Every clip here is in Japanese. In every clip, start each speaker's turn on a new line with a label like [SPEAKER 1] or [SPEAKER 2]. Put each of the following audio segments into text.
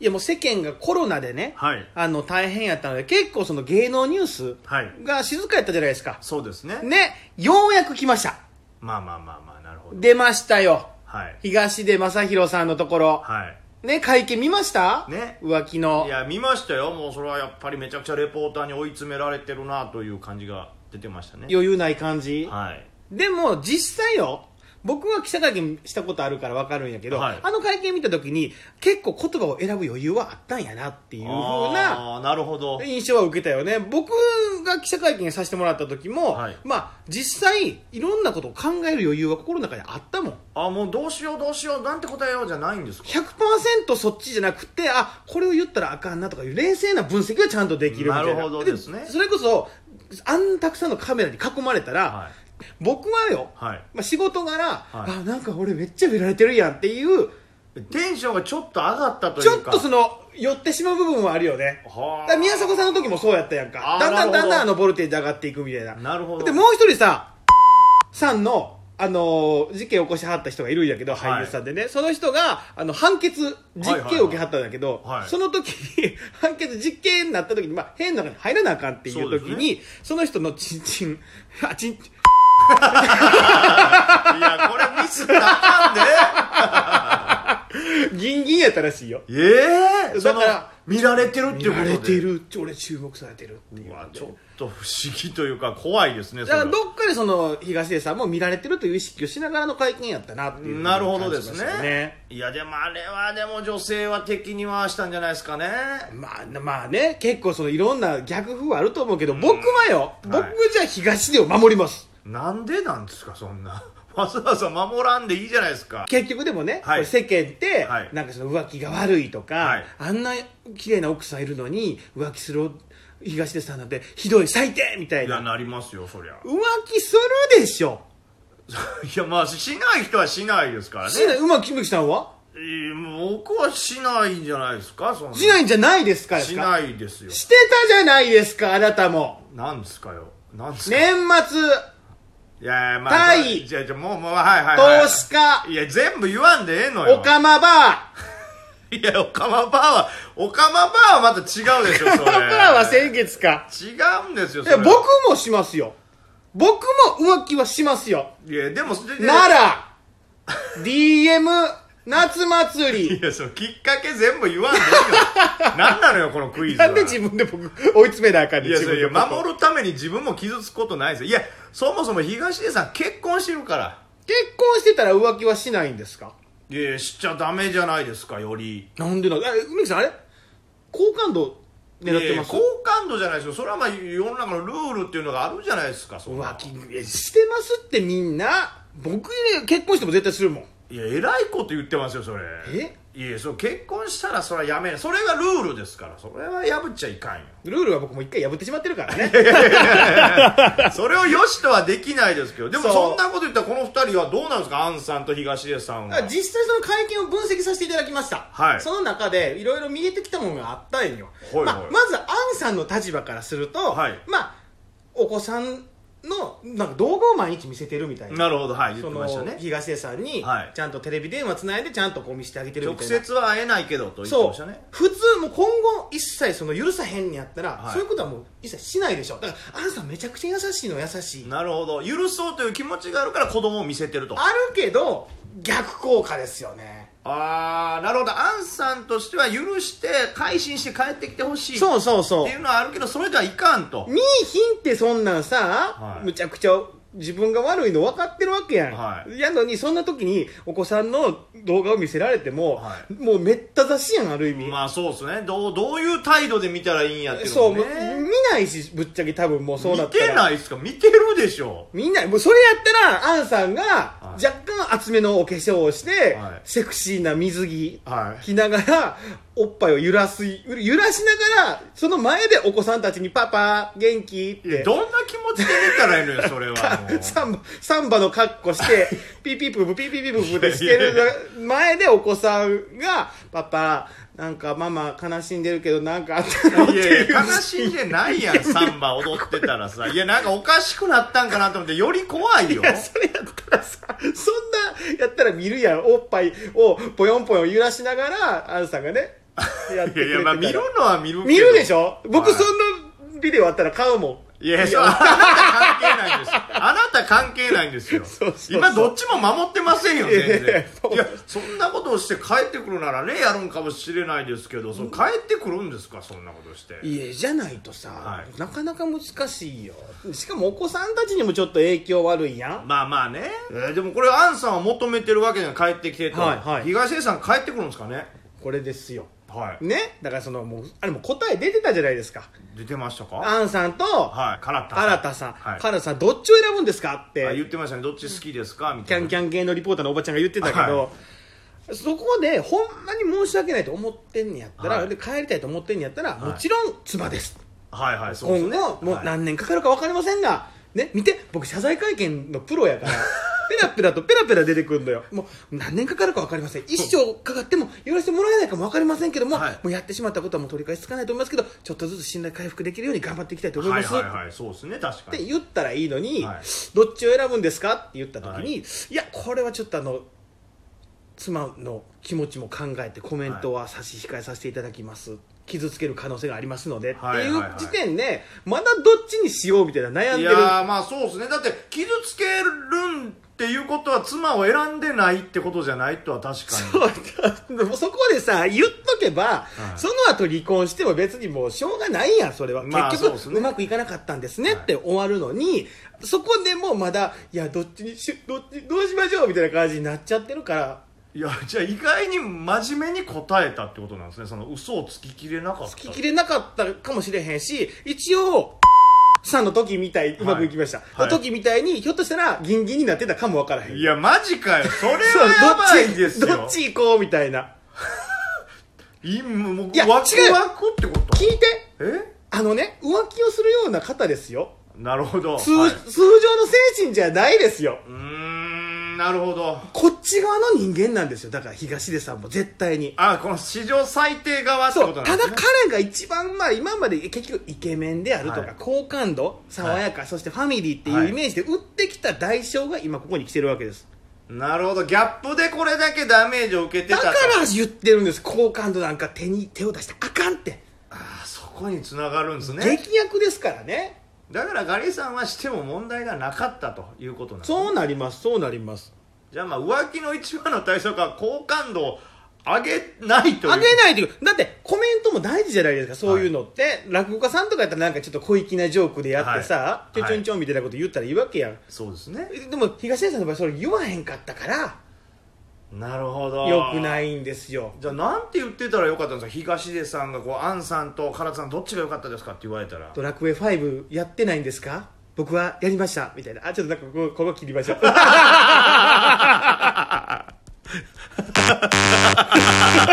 [SPEAKER 1] いやもう世間がコロナでね、
[SPEAKER 2] はい
[SPEAKER 1] あの大変やったので、結構その芸能ニュー
[SPEAKER 2] はい
[SPEAKER 1] スが静かやったじゃないですか。
[SPEAKER 2] そうですね
[SPEAKER 1] ね、ようやく来ました。
[SPEAKER 2] まあまあまあまあなるほど
[SPEAKER 1] 出ましたよ。
[SPEAKER 2] はい
[SPEAKER 1] 東出正宏さんのところ。
[SPEAKER 2] はい
[SPEAKER 1] ね、会見見ました
[SPEAKER 2] ね
[SPEAKER 1] 浮気の
[SPEAKER 2] い。や見ましたよもうそれはやっぱりめちゃくちゃレポーターに追い詰められてるなという感じが出てましたね
[SPEAKER 1] 余裕ない感じ。
[SPEAKER 2] はい
[SPEAKER 1] でも、実際よ、僕は記者会見したことあるからわかるんやけど、
[SPEAKER 2] はい
[SPEAKER 1] あの会見見た時に、結構言葉を選ぶ余裕はあったんやなっていうふうな、
[SPEAKER 2] あーなるほど
[SPEAKER 1] 印象は受けたよね僕が記者会見させてもらった時も、
[SPEAKER 2] はい
[SPEAKER 1] まあ実際いろんなことを考える余裕は心の中にあったもん
[SPEAKER 2] あもうどうしようどうしようなんて答えようじゃないんですか
[SPEAKER 1] 100%そっちじゃなくてあこれを言ったらあかんなとかいう冷静な分析がちゃんとできるみたいな
[SPEAKER 2] なるほどですね
[SPEAKER 1] それこそあんなたくさんのカメラに囲まれたら、
[SPEAKER 2] は
[SPEAKER 1] 僕はよ、
[SPEAKER 2] はい
[SPEAKER 1] まあ、仕事柄、
[SPEAKER 2] い
[SPEAKER 1] あなんか俺めっちゃ見られてるやんっていう
[SPEAKER 2] テンションがちょっと上がったとい
[SPEAKER 1] ちょっ
[SPEAKER 2] うか
[SPEAKER 1] とその寄ってしまう部分はあるよね
[SPEAKER 2] はあ
[SPEAKER 1] だから宮迫さんの時もそうやったやんか
[SPEAKER 2] あー
[SPEAKER 1] だんだん
[SPEAKER 2] な
[SPEAKER 1] だん
[SPEAKER 2] るほど
[SPEAKER 1] だんあのボルテージ上がっていくみたいな
[SPEAKER 2] なるほど
[SPEAKER 1] でもう一人ささんの、あのー事件を起こしはった人がいるんやけど、
[SPEAKER 2] は
[SPEAKER 1] 俳
[SPEAKER 2] い
[SPEAKER 1] 優さんでねその人があの判決実刑を受けはったんだけど、
[SPEAKER 2] はいはいはい
[SPEAKER 1] その時に 判決実刑になった時に、まあ、変な中に入らなあかんっていう時
[SPEAKER 2] そう
[SPEAKER 1] にそ,、の人のチンチン あチンチン
[SPEAKER 2] いやこれミスったら あ
[SPEAKER 1] ギンギンやったらしいよ
[SPEAKER 2] かんでええ
[SPEAKER 1] だ
[SPEAKER 2] だ
[SPEAKER 1] か
[SPEAKER 2] からら見られてるって
[SPEAKER 1] 見
[SPEAKER 2] いうこ
[SPEAKER 1] ら
[SPEAKER 2] とで
[SPEAKER 1] れてる俺注目されてるっていう
[SPEAKER 2] うわ
[SPEAKER 1] ので
[SPEAKER 2] ちょっと不思議というか怖いですねそ
[SPEAKER 1] だか
[SPEAKER 2] れは
[SPEAKER 1] らどっかでその東出さんも見られてるという意識をしながらの会見やったなっていう
[SPEAKER 2] なるほどです
[SPEAKER 1] 感じました
[SPEAKER 2] ねいやでもあれはでも女性は敵に回したんじゃないですかね
[SPEAKER 1] まあ、まあね、結構そのいろんな逆風はあると思うけど、僕はよ、僕
[SPEAKER 2] はい
[SPEAKER 1] じゃあ東出を守ります。
[SPEAKER 2] なんでなんですかそんな わざわざ守らんでいいじゃないですか
[SPEAKER 1] 結局でもね、
[SPEAKER 2] はい
[SPEAKER 1] これ世間って、
[SPEAKER 2] はい
[SPEAKER 1] なんかその浮気が悪いとか、
[SPEAKER 2] はい
[SPEAKER 1] あんな綺麗な奥さんいるのに、浮気する東出さんなんて、ひどい最低みたい
[SPEAKER 2] いや
[SPEAKER 1] な。
[SPEAKER 2] なりますよそ りゃ
[SPEAKER 1] 浮気するでしょ。
[SPEAKER 2] いやまあしない人はしないですからね
[SPEAKER 1] しない、うまきむきさんはい
[SPEAKER 2] や僕はしないんじゃないですかそんな
[SPEAKER 1] しないんじゃないですか
[SPEAKER 2] し
[SPEAKER 1] い。
[SPEAKER 2] ないですよ
[SPEAKER 1] してたじゃないですか、あなたも。
[SPEAKER 2] なんですかよなんですか、
[SPEAKER 1] 年末、
[SPEAKER 2] いやまあ
[SPEAKER 1] 対
[SPEAKER 2] じゃあじゃあもうもうはいはい、はい、
[SPEAKER 1] 投資家、
[SPEAKER 2] いや全部言わんでええのよ
[SPEAKER 1] オカマバー。
[SPEAKER 2] いや、オカマバーは、オカマバーはまた違うでしょ、そ
[SPEAKER 1] オ
[SPEAKER 2] れ。
[SPEAKER 1] カ マバーは先月か。
[SPEAKER 2] 違うんですよ、
[SPEAKER 1] い
[SPEAKER 2] それ
[SPEAKER 1] や、。僕もしますよ。僕も浮気はしますよ。
[SPEAKER 2] いや、でも、でで
[SPEAKER 1] 奈良、DM、夏祭り。
[SPEAKER 2] いや、そのきっかけ全部言わんでいいの。なんなのよ、こ のクイズは。
[SPEAKER 1] なんで自分で僕、追い詰めなあかんね
[SPEAKER 2] い
[SPEAKER 1] ん
[SPEAKER 2] や、
[SPEAKER 1] 自
[SPEAKER 2] そ
[SPEAKER 1] 分
[SPEAKER 2] れ、い
[SPEAKER 1] で
[SPEAKER 2] や守るために自分も傷つくことないですよ。いや、そもそも東出さん結婚してるから。
[SPEAKER 1] 結婚してたら浮気はしないんですか
[SPEAKER 2] いや、しちゃダメじゃないですか、より。
[SPEAKER 1] なんでなのえ、梅木さん、あれ好感度狙ってます
[SPEAKER 2] いや好感度じゃないですよ。それはまあ、世の中のルールっていうのがあるじゃないですか、そんなの
[SPEAKER 1] 浮気いやしてますってみんな。僕、ね、結婚しても絶対するもん。
[SPEAKER 2] いや、偉いこと言ってますよ、それ。
[SPEAKER 1] え
[SPEAKER 2] いや、そう、結婚したらそれはやめない。それがルールですから、それは破っちゃいかんよ。
[SPEAKER 1] ルールは僕も一回破ってしまってるからね。
[SPEAKER 2] それをよしとはできないですけど、でも
[SPEAKER 1] そう
[SPEAKER 2] そんなこと言ったらこの二人はどうなんですか、アンさんと東出さんは。
[SPEAKER 1] だから実際その会見を分析させていただきました、
[SPEAKER 2] はい
[SPEAKER 1] その中でいろいろ見えてきたものがあったんよ、
[SPEAKER 2] はいはい
[SPEAKER 1] まあ、まずアンさんの立場からすると、
[SPEAKER 2] はい
[SPEAKER 1] まあ、お子さんのなんか動画を毎日見せてるみたいな
[SPEAKER 2] なるほど、はい、言っ
[SPEAKER 1] そ
[SPEAKER 2] て
[SPEAKER 1] の
[SPEAKER 2] ましたね。
[SPEAKER 1] 東出さんに
[SPEAKER 2] はい
[SPEAKER 1] ちゃんとテレビ電話つないでちゃんとこう見せてあげてるみ
[SPEAKER 2] 直
[SPEAKER 1] たいな、
[SPEAKER 2] 接は会えないけどと言って
[SPEAKER 1] そ
[SPEAKER 2] ました
[SPEAKER 1] う
[SPEAKER 2] ね。
[SPEAKER 1] 普通もう今後一切その許さへんにやったら、
[SPEAKER 2] はい
[SPEAKER 1] そういうことはもう一切しないでしょだからアンさんめちゃくちゃ優しいのは優しい
[SPEAKER 2] なるほど。許そうという気持ちがあるから子供を見せてると。
[SPEAKER 1] あるけど逆効果ですよね
[SPEAKER 2] あー、なるほど。アンさんとしては許して、改心して帰ってきてほしい。
[SPEAKER 1] そうそうそう
[SPEAKER 2] っていうのはあるけど、それではいかんと。
[SPEAKER 1] ミーヒンってそんなんさ、
[SPEAKER 2] はい
[SPEAKER 1] むちゃくちゃ自分が悪いの分かってるわけやん、
[SPEAKER 2] はい
[SPEAKER 1] やのにそんな時にお子さんの動画を見せられても、
[SPEAKER 2] は
[SPEAKER 1] もうめった雑誌やんある意味、
[SPEAKER 2] まあそうですね。どう、どういう態度で見たらいいんやっていう
[SPEAKER 1] そ
[SPEAKER 2] の
[SPEAKER 1] う
[SPEAKER 2] ね。
[SPEAKER 1] む見ないしぶっちゃけ多分もうそうな
[SPEAKER 2] 見
[SPEAKER 1] ったら
[SPEAKER 2] てないっすか見てるでしょ
[SPEAKER 1] みんな、もうそれやったら、アンさんが、
[SPEAKER 2] は
[SPEAKER 1] 若干厚めのお化粧をして、
[SPEAKER 2] はい
[SPEAKER 1] セクシーな水着、
[SPEAKER 2] はい
[SPEAKER 1] 着ながら、おっぱいを揺らす、揺らしながら、その前でお子さんたちに、パパ、元気っ
[SPEAKER 2] いや
[SPEAKER 1] て、
[SPEAKER 2] どんな気持ちで見たらいいのよそれはもう
[SPEAKER 1] サンバ、サンバの格好 して、ピーピープープーピーピーピープープーってしてる前でお子さんが、パパ、なんかママ悲しんでるけどなんかあったのって
[SPEAKER 2] いやい
[SPEAKER 1] いう
[SPEAKER 2] や悲しんでないやんサンバ踊ってたらさいやなんかおかしくなったんかなと思ってより怖いよ
[SPEAKER 1] いやそれやったらさ、そんな、やったら見るやん。おっぱいをぽよんぽよん揺らしながら、アンさんがね、やってく
[SPEAKER 2] い
[SPEAKER 1] れてた
[SPEAKER 2] やいや
[SPEAKER 1] ら
[SPEAKER 2] まあ見るのは見るけど
[SPEAKER 1] 見るでしょ僕
[SPEAKER 2] はい
[SPEAKER 1] そんなビデオあったら買うもん
[SPEAKER 2] いやそうあなた関係ないんですあなた関係ないんですよ
[SPEAKER 1] そうそうそう
[SPEAKER 2] 今どっちも守ってませんよ
[SPEAKER 1] いや
[SPEAKER 2] 全
[SPEAKER 1] いや
[SPEAKER 2] 然
[SPEAKER 1] そう
[SPEAKER 2] いやそんなことをして帰ってくるならねやるんかもしれないですけどそう帰ってくるんですかそんなことして
[SPEAKER 1] 家じゃないとさ、
[SPEAKER 2] はい
[SPEAKER 1] なかなか難しいよしかもお子さんたちにもちょっと影響悪いやん
[SPEAKER 2] まあまあね、えーでもこれアンさんは求めてるわけじゃない帰ってきてと、
[SPEAKER 1] はいはい
[SPEAKER 2] 東江さん帰ってくるんですかね
[SPEAKER 1] これですよ
[SPEAKER 2] はい
[SPEAKER 1] ねだからそのもうあれも答え出てたじゃないですか
[SPEAKER 2] 出てましたか
[SPEAKER 1] アンさんと
[SPEAKER 2] はい唐田
[SPEAKER 1] 新田さん
[SPEAKER 2] はい
[SPEAKER 1] 唐田さんどっちを選ぶんですかっ
[SPEAKER 2] あ言
[SPEAKER 1] て
[SPEAKER 2] ってましたねどっち好きですかみ
[SPEAKER 1] キ
[SPEAKER 2] たい
[SPEAKER 1] ャ
[SPEAKER 2] な
[SPEAKER 1] ンキャン系のリポーターのおばちゃんが言ってたけど、
[SPEAKER 2] は
[SPEAKER 1] そこでほんまに申し訳ないと思ってんねやったら、
[SPEAKER 2] はい
[SPEAKER 1] で帰りたいと思ってんねやったら、
[SPEAKER 2] は
[SPEAKER 1] も
[SPEAKER 2] い
[SPEAKER 1] ちろん妻です
[SPEAKER 2] はいはいそうです
[SPEAKER 1] 今
[SPEAKER 2] ね
[SPEAKER 1] 後もう
[SPEAKER 2] はい
[SPEAKER 1] 何年かかるか分かりませんが、ね見て僕謝罪会見のプロや からペラペラとペラペラ出てくるのよもう何年かかるか分かりません一生かかっても許してもらえないかも分かりませんけども、
[SPEAKER 2] はい
[SPEAKER 1] もうやってしまったことはもう取り返しつかないと思いますけどちょっとずつ信頼回復できるように頑張っていきたいと思います、
[SPEAKER 2] はいはいはいそうですね確
[SPEAKER 1] っ
[SPEAKER 2] か
[SPEAKER 1] て
[SPEAKER 2] に
[SPEAKER 1] 言ったらいいのに、
[SPEAKER 2] はい
[SPEAKER 1] どっちを選ぶんですかって言った時に、
[SPEAKER 2] はい
[SPEAKER 1] い、やこれはちょっとあの妻の気持ちも考えてコメントは差し控えさせていただきます、傷つける可能性がありますので、
[SPEAKER 2] はいはいはい
[SPEAKER 1] っていう時点でまだどっちにしようみたいな悩ん
[SPEAKER 2] い
[SPEAKER 1] で
[SPEAKER 2] や
[SPEAKER 1] る
[SPEAKER 2] ーまあそうですねだって傷つけるんっていうことは妻を選んでないってことじゃないとは確かに
[SPEAKER 1] そう だそこでさ言っとけば、
[SPEAKER 2] い
[SPEAKER 1] その後離婚しても別にもうしょうがないやんそれは、
[SPEAKER 2] まあ
[SPEAKER 1] 結
[SPEAKER 2] そうです
[SPEAKER 1] 局
[SPEAKER 2] ね
[SPEAKER 1] うまくいかなかったんですねって終わるのに、そこでもうまだいやどっちにしどっちどうしましょうみたいな感じになっちゃってるから
[SPEAKER 2] いやじゃあ意外に真面目に答えたってことなんですねその嘘をつききれなかった
[SPEAKER 1] つききれなかったかもしれへんし一応さんの時みたい
[SPEAKER 2] いう
[SPEAKER 1] まくいきました、
[SPEAKER 2] はい
[SPEAKER 1] の時みたいにひょっとしたらギンギンになってたかもわからへん
[SPEAKER 2] いやマジかよそれ
[SPEAKER 1] そう
[SPEAKER 2] はやばいですよ
[SPEAKER 1] どっち行こうみたいない
[SPEAKER 2] もう
[SPEAKER 1] いや
[SPEAKER 2] ワク
[SPEAKER 1] 違う
[SPEAKER 2] ワクってこと
[SPEAKER 1] 聞いて
[SPEAKER 2] え
[SPEAKER 1] あのね浮気をするような方ですよ
[SPEAKER 2] なるほど
[SPEAKER 1] 通,、
[SPEAKER 2] はい
[SPEAKER 1] 通常の精神じゃないですよ
[SPEAKER 2] うーんなるほど
[SPEAKER 1] こっち側の人間なんですよだから東出さんも絶対に
[SPEAKER 2] あこの史上最低側ってこ
[SPEAKER 1] そう
[SPEAKER 2] となんで
[SPEAKER 1] た
[SPEAKER 2] す
[SPEAKER 1] だ
[SPEAKER 2] ね
[SPEAKER 1] 彼が一番、まあ、今まで結局イケメンであるとか、
[SPEAKER 2] はい
[SPEAKER 1] 好感度爽やか、そしてファミリーってい
[SPEAKER 2] は
[SPEAKER 1] う
[SPEAKER 2] い
[SPEAKER 1] イメージで打ってきた代償が今ここに来てるわけです
[SPEAKER 2] なるほどギャップでこれだけダメージを受けて
[SPEAKER 1] だ
[SPEAKER 2] た
[SPEAKER 1] か
[SPEAKER 2] と
[SPEAKER 1] ら言ってるんです好感度なんか手に手を出してあかんって、
[SPEAKER 2] あそこにつながるんですね
[SPEAKER 1] 劇役ですからね
[SPEAKER 2] だからガリさんはしても問題がなかったということなんですね
[SPEAKER 1] そうなりますそうなります
[SPEAKER 2] じゃあまあ浮気の一番の対策は好感度を上げないという
[SPEAKER 1] あげないというだってコメントも大事じゃないですかそういうのって、落語家さんとかやったらなんかちょっと小粋なジョークでやってさ、
[SPEAKER 2] はい
[SPEAKER 1] ちょちょんちょんみたいなこと言ったらいいわけやん、
[SPEAKER 2] そうですね
[SPEAKER 1] でも東出さんの場合それ言わへんかったから
[SPEAKER 2] なるほど
[SPEAKER 1] よくないいんですよ
[SPEAKER 2] じゃあなんて言ってたらよかったんですか東出さんがこう杏さんと唐津さんどっちが良かったですかって言われたら
[SPEAKER 1] ドラクエ5やってないんですか僕はやりましたみたいなあちょっとなんかここここ切りましょう
[SPEAKER 2] 考え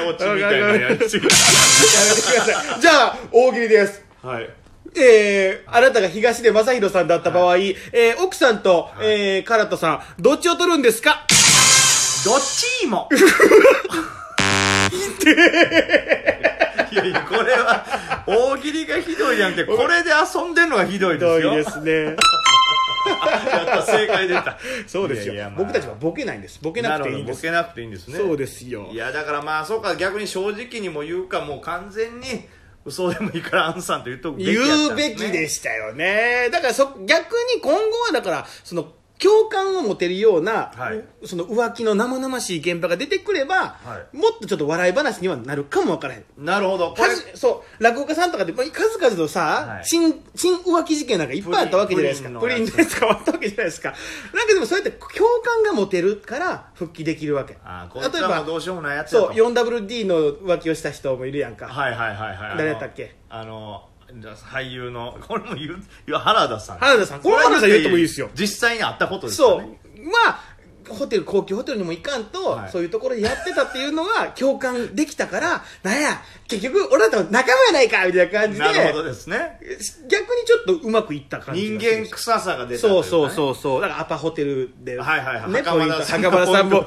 [SPEAKER 2] 落ちみたいなや
[SPEAKER 1] やめ
[SPEAKER 2] つ
[SPEAKER 1] てくださいじゃあ大喜利です
[SPEAKER 2] はい
[SPEAKER 1] えー、あなたが東出正宏さんだった場合、えー、奥さんと、
[SPEAKER 2] い
[SPEAKER 1] えー、唐田さん、どっちを取るんですか
[SPEAKER 2] どっちもいやいやこれは大喜利がひどいじゃなくてこれで遊んでるのがひどいですよ
[SPEAKER 1] すね。
[SPEAKER 2] やった正解出た
[SPEAKER 1] そうですよ
[SPEAKER 2] いやいやまあ
[SPEAKER 1] 僕たちはボケないんです。ボケなくていいんで
[SPEAKER 2] ボ
[SPEAKER 1] す。
[SPEAKER 2] ケなくていいんですね
[SPEAKER 1] そうですよ
[SPEAKER 2] い。やだからまあそうか逆に正直にも言うかもう完全に嘘でもいいからアンさんと言っとくべきやった
[SPEAKER 1] 言うんべきですしたよね。だからそ、逆に今後はだから、その、共感を持てるような、
[SPEAKER 2] はい
[SPEAKER 1] その浮気の生々しい現場が出てくれば、
[SPEAKER 2] は
[SPEAKER 1] もっとちょっと笑い話にはなるかもわからへん。
[SPEAKER 2] ねなるほどこ
[SPEAKER 1] は
[SPEAKER 2] れ
[SPEAKER 1] じそう落語家さんとかでまあ数々のさ、
[SPEAKER 2] はい
[SPEAKER 1] 新新浮気事件なんかいっぱいあったわけじゃないですかプ
[SPEAKER 2] プ
[SPEAKER 1] リ
[SPEAKER 2] リ
[SPEAKER 1] ン
[SPEAKER 2] ン
[SPEAKER 1] で
[SPEAKER 2] プ
[SPEAKER 1] す
[SPEAKER 2] リ
[SPEAKER 1] と
[SPEAKER 2] ンのやつ
[SPEAKER 1] かあったわけじゃないですかなんかでもそうやって共感が持てるから復帰できるわけ
[SPEAKER 2] あこいつはもうどうしようもないやつだ
[SPEAKER 1] そ
[SPEAKER 2] と
[SPEAKER 1] う 4WD の浮気をした人もいるやんか、
[SPEAKER 2] はいはいはいはい
[SPEAKER 1] 誰やったっけ
[SPEAKER 2] あのあの俳優のこれも言ういや原田さん
[SPEAKER 1] 原田さんこの原田さん言ってもいいですよ
[SPEAKER 2] 実際にあったことです
[SPEAKER 1] そ
[SPEAKER 2] よ
[SPEAKER 1] う
[SPEAKER 2] ね
[SPEAKER 1] まあホテル高級ホテルにも行かんと、
[SPEAKER 2] はい
[SPEAKER 1] そういうところでやってたっていうのが共感できたからなんや結局俺らと仲間やないかみたいな感じで
[SPEAKER 2] なるほどですね
[SPEAKER 1] 逆にちょっとうまくいった感じがす
[SPEAKER 2] 人
[SPEAKER 1] る
[SPEAKER 2] 間臭さが出たとい
[SPEAKER 1] そう
[SPEAKER 2] かね
[SPEAKER 1] そうそうそうだからアパホテルで、
[SPEAKER 2] はいはいはい
[SPEAKER 1] ね、
[SPEAKER 2] 袴
[SPEAKER 1] ポイ
[SPEAKER 2] 田
[SPEAKER 1] ント
[SPEAKER 2] さん
[SPEAKER 1] 袴田さん
[SPEAKER 2] ポイ
[SPEAKER 1] も
[SPEAKER 2] ン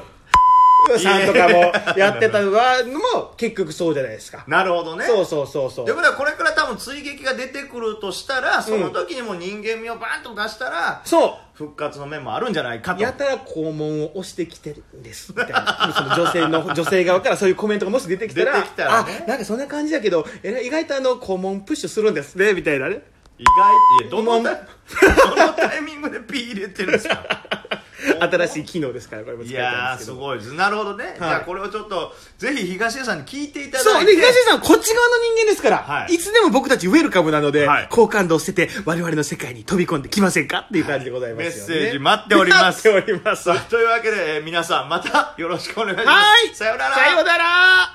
[SPEAKER 1] うさんとかもやってたのはも結局そうじゃないですか
[SPEAKER 2] なるほどね
[SPEAKER 1] そうそうそうそう
[SPEAKER 2] ということはこれから多多分追撃が出てくるとしたらその時にも人間味をバーンと出したら、
[SPEAKER 1] そ
[SPEAKER 2] 復活の面もあるんじゃないか
[SPEAKER 1] う
[SPEAKER 2] と
[SPEAKER 1] やたら肛門を押してきてるんですみたいなその女性の 女性側からそういうコメントがもし出てきたら
[SPEAKER 2] 出てきたらね
[SPEAKER 1] あなんかそんな感じだけどえら意外とあの肛門プッシュするんですねみたいなね
[SPEAKER 2] 意外ってどの
[SPEAKER 1] も
[SPEAKER 2] タイ どのタイミングでピー入れてるんですか
[SPEAKER 1] 新しい機能ですからこれも
[SPEAKER 2] い
[SPEAKER 1] 使えた
[SPEAKER 2] や
[SPEAKER 1] ん
[SPEAKER 2] ー
[SPEAKER 1] ですすけど
[SPEAKER 2] ごいですなるほどね、じゃあこれをちょっとぜひ東出さんに聞いていただ
[SPEAKER 1] そ
[SPEAKER 2] いう
[SPEAKER 1] で
[SPEAKER 2] て
[SPEAKER 1] 東出さんはこっち側の人間ですから、、
[SPEAKER 2] はいい
[SPEAKER 1] つでも僕たちウェルカムなので、
[SPEAKER 2] はい
[SPEAKER 1] 好感度を捨てて我々の世界に飛び込んできませんかっていう感じでございますよ、ね
[SPEAKER 2] メッセージ待っております
[SPEAKER 1] 待っております
[SPEAKER 2] さあというわけで、えー皆さんまたよろしくお願いします
[SPEAKER 1] はい
[SPEAKER 2] さようなら
[SPEAKER 1] さようなら